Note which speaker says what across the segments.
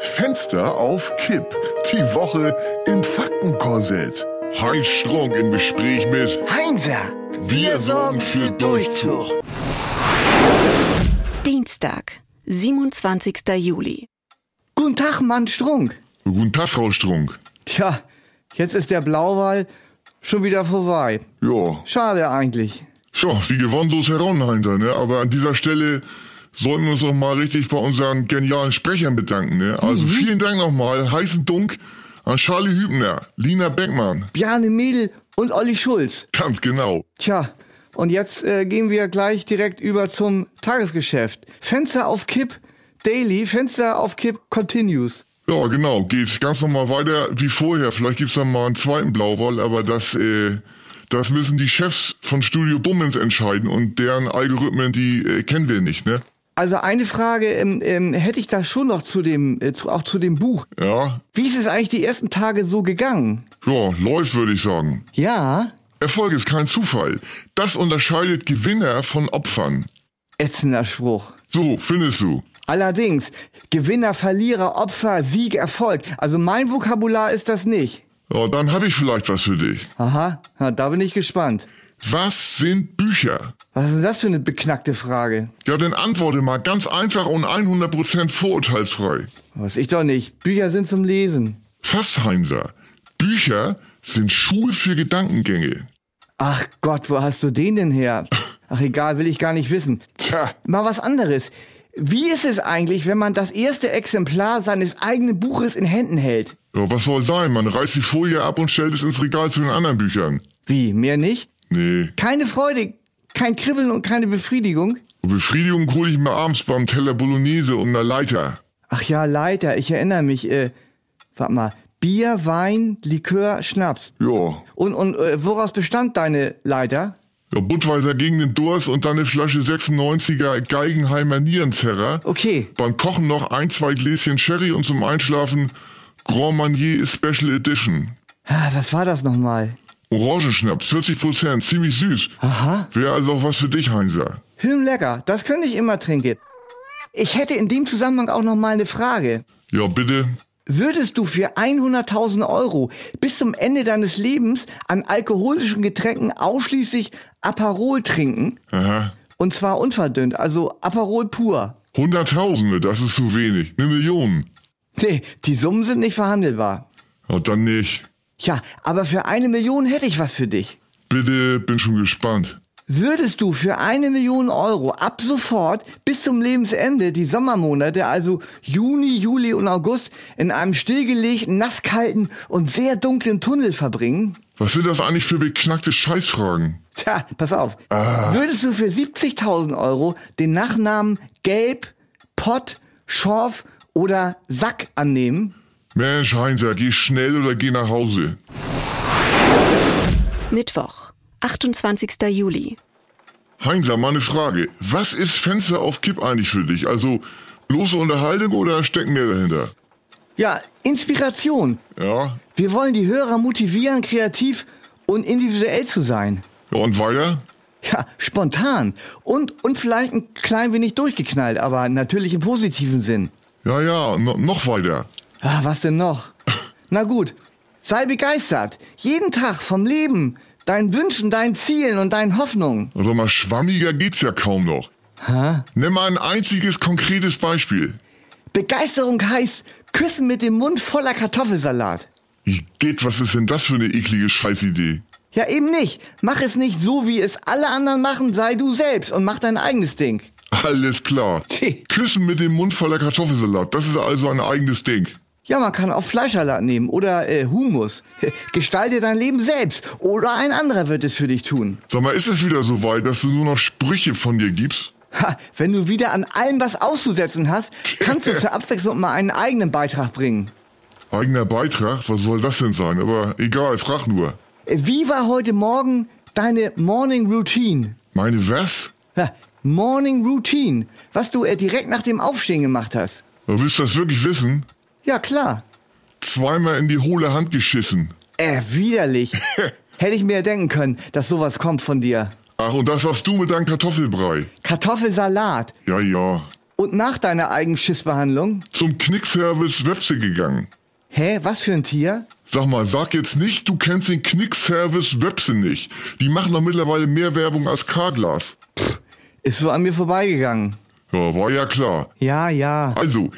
Speaker 1: Fenster auf Kipp. Die Woche im Faktenkorsett. Heinz Strunk im Gespräch mit
Speaker 2: Heinzer,
Speaker 1: Wir sorgen für Durchzug.
Speaker 3: Dienstag, 27. Juli.
Speaker 2: Guten Tag, Mann Strunk.
Speaker 1: Guten Tag, Frau Strunk.
Speaker 2: Tja, jetzt ist der Blauwall schon wieder vorbei.
Speaker 1: Ja,
Speaker 2: Schade eigentlich.
Speaker 1: so, wie gewonnen, so ist heran, Heinter, ne? Aber an dieser Stelle sollten wir uns noch mal richtig bei unseren genialen Sprechern bedanken, ne? Also vielen Dank nochmal, heißen Dunk, an Charlie Hübner, Lina Beckmann.
Speaker 2: Bjarne Mädel und Olli Schulz.
Speaker 1: Ganz genau.
Speaker 2: Tja, und jetzt äh, gehen wir gleich direkt über zum Tagesgeschäft. Fenster auf Kipp Daily, Fenster auf Kipp Continues.
Speaker 1: Ja, genau. Geht ganz normal weiter wie vorher. Vielleicht gibt's dann mal einen zweiten Blauwall, aber das, äh, das müssen die Chefs von Studio Bummens entscheiden und deren Algorithmen, die äh, kennen wir nicht, ne?
Speaker 2: Also eine Frage ähm, ähm, hätte ich da schon noch zu dem, äh, zu, auch zu dem Buch.
Speaker 1: Ja,
Speaker 2: Wie ist es eigentlich die ersten Tage so gegangen?
Speaker 1: ja, läuft, würde ich sagen.
Speaker 2: Ja,
Speaker 1: Erfolg ist kein Zufall. Das unterscheidet Gewinner von Opfern.
Speaker 2: ätzender Spruch.
Speaker 1: So, findest du.
Speaker 2: Allerdings, Gewinner, Verlierer, Opfer, Sieg, Erfolg. Also mein Vokabular ist das nicht.
Speaker 1: Ja, dann habe ich vielleicht was für dich.
Speaker 2: Aha, na, da bin ich gespannt.
Speaker 1: Was sind Bücher?
Speaker 2: Was ist denn das für eine beknackte Frage?
Speaker 1: Ja, dann antworte mal ganz einfach und 100% vorurteilsfrei.
Speaker 2: Weiß ich doch nicht. Bücher sind zum Lesen.
Speaker 1: Fassheinser, Bücher sind Schuhe für Gedankengänge.
Speaker 2: Ach Gott, wo hast du den denn her? Ach egal, will ich gar nicht wissen.
Speaker 1: Tja.
Speaker 2: Mal was anderes. Wie ist es eigentlich, wenn man das erste Exemplar seines eigenen Buches in Händen hält?
Speaker 1: Ja, was soll sein? Man reißt die Folie ab und stellt es ins Regal zu den anderen Büchern.
Speaker 2: Wie, mehr nicht?
Speaker 1: Nee.
Speaker 2: Keine Freude, kein Kribbeln und keine Befriedigung?
Speaker 1: Und Befriedigung hole ich mir abends beim Teller Bolognese und einer Leiter.
Speaker 2: Ach ja, Leiter, ich erinnere mich. Äh, warte mal, Bier, Wein, Likör, Schnaps.
Speaker 1: Ja.
Speaker 2: Und, und äh, woraus bestand deine Leiter?
Speaker 1: ja Budweiser gegen den Durst und dann eine Flasche 96er Geigenheimer Nierenzerrer.
Speaker 2: Okay,
Speaker 1: Beim Kochen noch ein, zwei Gläschen Sherry und zum Einschlafen Grand Marnier Special Edition.
Speaker 2: ah, was war das nochmal?
Speaker 1: Orangenschnaps, 40%, ziemlich süß.
Speaker 2: Aha.
Speaker 1: Wäre also auch was für dich, Heinzer.
Speaker 2: Hirn Hm, lecker, das könnte ich immer trinken. Ich hätte in dem Zusammenhang auch nochmal eine Frage.
Speaker 1: Ja, bitte.
Speaker 2: Würdest du für 100.000 Euro bis zum Ende deines Lebens an alkoholischen Getränken ausschließlich Aperol trinken?
Speaker 1: Aha.
Speaker 2: Und zwar unverdünnt, also Aperol pur.
Speaker 1: Hunderttausende, das ist zu wenig. Eine Million.
Speaker 2: Nee, die Summen sind nicht verhandelbar.
Speaker 1: Ja, dann nicht.
Speaker 2: Ja, aber für eine Million hätte ich was für dich.
Speaker 1: Bitte, bin schon gespannt.
Speaker 2: Würdest du für eine Million Euro ab sofort bis zum Lebensende die Sommermonate, also Juni, Juli und August, in einem stillgelegten, nasskalten und sehr dunklen Tunnel verbringen?
Speaker 1: Was sind das eigentlich für beknackte Scheißfragen?
Speaker 2: Tja, pass auf. Würdest du für 70.000 Euro den Nachnamen Gelb, Pott, Schorf oder Sack annehmen?
Speaker 1: Mensch, Heinzer, geh schnell oder geh nach Hause.
Speaker 3: Mittwoch, 28. Juli.
Speaker 1: Heinzer, mal eine Frage. Was ist Fenster auf Kipp eigentlich für dich? Also, bloße Unterhaltung oder stecken mehr dahinter?
Speaker 2: Ja, Inspiration.
Speaker 1: Ja.
Speaker 2: Wir wollen die Hörer motivieren, kreativ und individuell zu sein.
Speaker 1: Ja, und weiter?
Speaker 2: Ja, spontan und, und vielleicht ein klein wenig durchgeknallt, aber natürlich im positiven Sinn.
Speaker 1: Ja, ja, no, noch weiter.
Speaker 2: Ah, was denn noch? Na gut, sei begeistert. Jeden Tag vom Leben, deinen Wünschen, deinen Zielen und deinen Hoffnungen.
Speaker 1: Also mal schwammiger geht's ja kaum noch.
Speaker 2: Ha?
Speaker 1: Nimm mal ein einziges konkretes Beispiel.
Speaker 2: Begeisterung heißt Küssen mit dem Mund voller Kartoffelsalat.
Speaker 1: Geht, was ist denn das für eine eklige Scheißidee?
Speaker 2: Ja, eben nicht. Mach es nicht so, wie es alle anderen machen, sei du selbst und mach dein eigenes Ding.
Speaker 1: Alles klar.
Speaker 2: Tee.
Speaker 1: Küssen mit dem Mund voller Kartoffelsalat, das ist also ein eigenes Ding.
Speaker 2: Ja, man kann auch Fleischsalat nehmen oder äh, Humus. Gestalte dein Leben selbst oder ein anderer wird es für dich tun.
Speaker 1: Sag mal, ist es wieder so weit, dass du nur noch Sprüche von dir gibst?
Speaker 2: Ha, wenn du wieder an allem was auszusetzen hast, kannst du zur Abwechslung mal einen eigenen Beitrag bringen.
Speaker 1: Eigener Beitrag? Was soll das denn sein? Aber egal, frag nur.
Speaker 2: Äh, Wie war heute Morgen deine Morning Routine?
Speaker 1: Meine was?
Speaker 2: Ha, Morning Routine, was du äh, direkt nach dem Aufstehen gemacht hast.
Speaker 1: Du willst das wirklich wissen?
Speaker 2: Ja, klar.
Speaker 1: Zweimal in die hohle Hand geschissen.
Speaker 2: Äh, widerlich. Hätte ich mir denken können, dass sowas kommt von dir.
Speaker 1: Ach, und das hast du mit deinem Kartoffelbrei.
Speaker 2: Kartoffelsalat.
Speaker 1: Ja, ja.
Speaker 2: und nach deiner eigenen Schissbehandlung?
Speaker 1: Zum Knickservice Webse gegangen.
Speaker 2: Hä, was für ein Tier?
Speaker 1: Sag mal, sag jetzt nicht, du kennst den Knickservice Webse nicht. Die machen doch mittlerweile mehr Werbung als Carglass.
Speaker 2: Ist so an mir vorbeigegangen.
Speaker 1: Ja, war ja klar.
Speaker 2: Ja, ja.
Speaker 1: Also,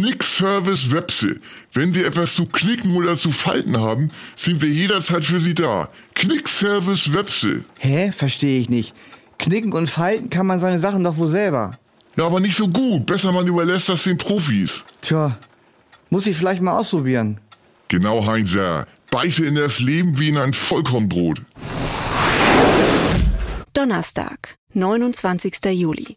Speaker 1: Knickservice Webse. Wenn Sie etwas zu knicken oder zu falten haben, sind wir jederzeit für Sie da. Knickservice Webse.
Speaker 2: Hä, verstehe ich nicht. Knicken und falten kann man seine Sachen doch wohl selber.
Speaker 1: Ja, aber nicht so gut. Besser man überlässt das den Profis.
Speaker 2: Tja, muss ich vielleicht mal ausprobieren.
Speaker 1: Genau, Heinzer. Beiße in das Leben wie in ein Vollkornbrot.
Speaker 3: Donnerstag, 29. Juli.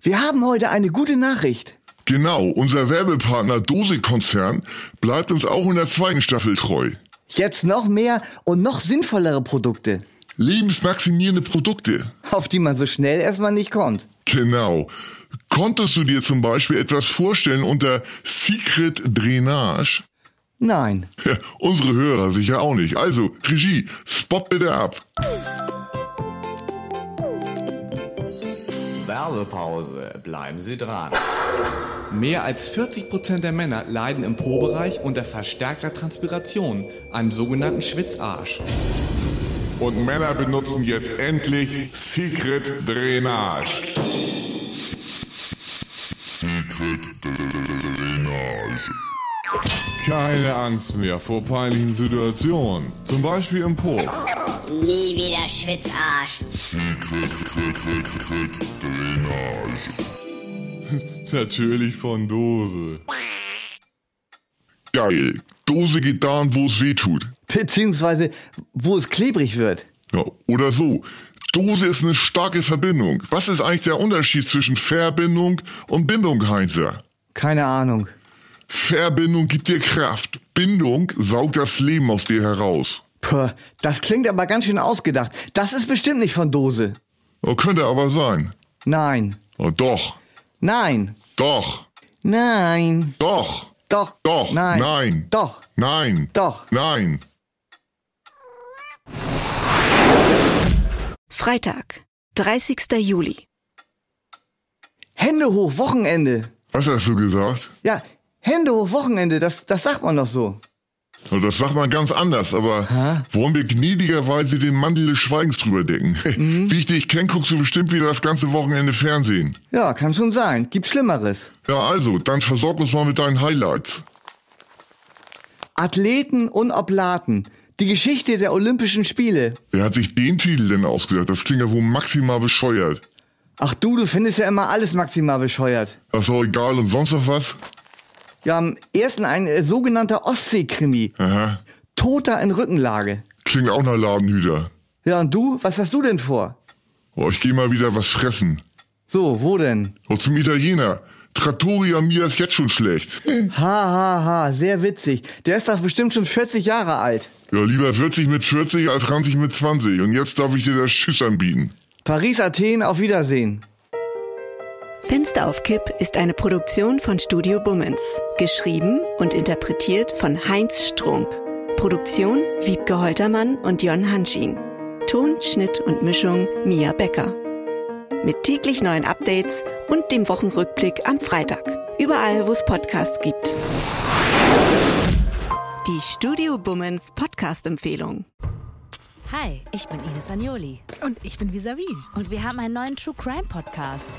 Speaker 2: Wir haben heute eine gute Nachricht.
Speaker 1: Genau, unser Werbepartner Dose Konzern bleibt uns auch in der zweiten Staffel treu.
Speaker 2: Jetzt noch mehr und noch sinnvollere Produkte,
Speaker 1: Lebensmaximierende Produkte.
Speaker 2: auf die man so schnell erstmal nicht kommt.
Speaker 1: Genau. Konntest du dir zum Beispiel etwas vorstellen unter Secret Drainage?
Speaker 2: Nein.
Speaker 1: Ja, unsere Hörer sicher auch nicht. Also, Regie, spot bitte ab.
Speaker 4: Werbepause. Bleiben Sie dran.
Speaker 5: Mehr als 40% der Männer leiden im Po-Bereich unter verstärkter Transpiration, einem sogenannten Schwitzarsch.
Speaker 6: Und Männer benutzen jetzt endlich Secret Drainage. Secret Drainage. Keine Angst mehr vor peinlichen Situationen. Zum Beispiel im Po.
Speaker 7: Nie wieder Schwitzarsch.
Speaker 6: Secret Drainage. Natürlich von Dose.
Speaker 1: Geil. Dose geht dahin, wo es weh tut.
Speaker 2: Beziehungsweise, wo es klebrig wird.
Speaker 1: Ja, oder so. Dose ist eine starke Verbindung. Was ist eigentlich der Unterschied zwischen Verbindung und Bindung, Heinzer?
Speaker 2: Keine Ahnung.
Speaker 1: Verbindung gibt dir Kraft. Bindung saugt das Leben aus dir heraus.
Speaker 2: Puh, das klingt aber ganz schön ausgedacht. Das ist bestimmt nicht von Dose.
Speaker 1: Oh, könnte aber sein.
Speaker 2: Nein.
Speaker 1: Oh, doch,
Speaker 2: Nein.
Speaker 1: doch,
Speaker 2: Nein.
Speaker 1: doch,
Speaker 2: Doch.
Speaker 1: Doch.
Speaker 2: Nein.
Speaker 1: Nein.
Speaker 2: Doch.
Speaker 1: nein,
Speaker 2: Doch.
Speaker 1: nein.
Speaker 3: Freitag, 30. Juli.
Speaker 2: Hände hoch, Wochenende.
Speaker 1: Was hast du gesagt?
Speaker 2: Ja, Hände hoch, Wochenende, das, das sagt man doch so.
Speaker 1: Oh, Das sagt man ganz anders, aber wollen wir gnädigerweise den Mantel des Schweigens drüber decken? Wie ich dich kenne, guckst du bestimmt wieder das ganze Wochenende Fernsehen.
Speaker 2: Ja, kann schon sein. Gibt Schlimmeres.
Speaker 1: Ja, also, dann versorg uns mal mit deinen Highlights.
Speaker 2: Athleten und Oblaten. Die Geschichte der Olympischen Spiele.
Speaker 1: Wer hat sich den Titel denn ausgedacht? Das klingt ja wohl maximal bescheuert.
Speaker 2: Ach du, du findest ja immer alles maximal bescheuert.
Speaker 1: Das ist doch egal und sonst noch was?
Speaker 2: Ja, am ersten ein äh, sogenannter Ostseekrimi.
Speaker 1: Aha.
Speaker 2: Toter in Rückenlage.
Speaker 1: Klingt auch nach Ladenhüter.
Speaker 2: Ja, und du? Was hast du denn vor?
Speaker 1: Oh, ich geh mal wieder was fressen.
Speaker 2: So, wo denn?
Speaker 1: Und zum Italiener. Trattoria Mia ist jetzt schon schlecht.
Speaker 2: Ha, ha, ha, sehr witzig. Der ist doch bestimmt schon 40 Jahre alt.
Speaker 1: Ja, lieber 40 mit 40 als 20 mit 20. Und jetzt darf ich dir das Schiss anbieten.
Speaker 2: Paris, Athen, auf Wiedersehen.
Speaker 3: Fenster auf Kipp ist eine Produktion von Studio Bummens. Geschrieben und interpretiert von Heinz Strunk. Produktion Wiebke Holtermann und Jon Hanschin. Ton, Schnitt und Mischung Mia Becker. Mit täglich neuen Updates und dem Wochenrückblick am Freitag. Überall, wo es Podcasts gibt. Die Studio Bummens Podcast-Empfehlung.
Speaker 8: Hi, ich bin Ines Agnoli.
Speaker 9: Und ich bin Visavi.
Speaker 8: Und wir haben einen neuen True Crime Podcast.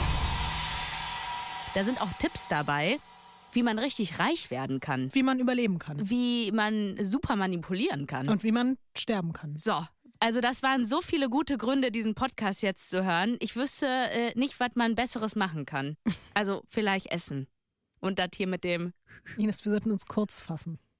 Speaker 8: Da sind auch Tipps dabei, wie man richtig reich werden kann.
Speaker 9: Wie man überleben kann
Speaker 8: Wie man super manipulieren kann.
Speaker 9: und wie man sterben kann.
Speaker 8: So, also das waren so viele gute Gründe, diesen Podcast jetzt zu hören. Ich wüsste äh, nicht, was man Besseres machen kann. Also vielleicht essen. Und das hier mit dem
Speaker 9: Ines, wir sollten uns kurz fassen.